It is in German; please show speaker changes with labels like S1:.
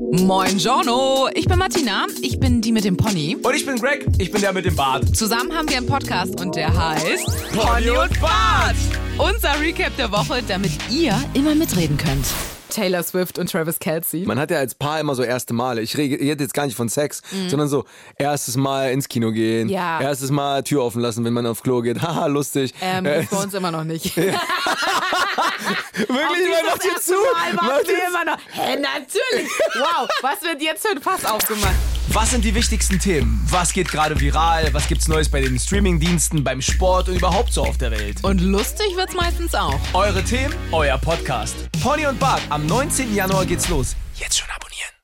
S1: Moin Giorno, ich bin Martina, ich bin die mit dem Pony.
S2: Und ich bin Greg, ich bin der mit dem Bart.
S1: Zusammen haben wir einen Podcast und der heißt
S2: Bart!
S1: Unser Recap der Woche, damit ihr immer mitreden könnt. Taylor Swift und Travis Kelsey.
S2: Man hat ja als Paar immer so erste Male. Ich rede ich rede jetzt gar nicht von Sex, sondern so erstes Mal ins Kino gehen,
S1: Ja.
S2: erstes Mal Tür offen lassen, wenn man auf Klo geht. Haha, lustig.
S1: Ähm,
S2: Äh,
S1: bei uns immer noch nicht.
S2: wirklich, man macht hier zu. Macht hier-
S1: immer noch. Hä, natürlich. Wow, was wird jetzt für ein Fass aufgemacht?
S2: Was sind die wichtigsten Themen? Was geht gerade viral? Was gibt's Neues bei den Streamingdiensten, beim Sport und überhaupt so auf der Welt?
S1: Und lustig wird's meistens auch.
S2: Eure Themen, euer Podcast. Pony und Bart, am 19. Januar geht's los. Jetzt schon abonnieren.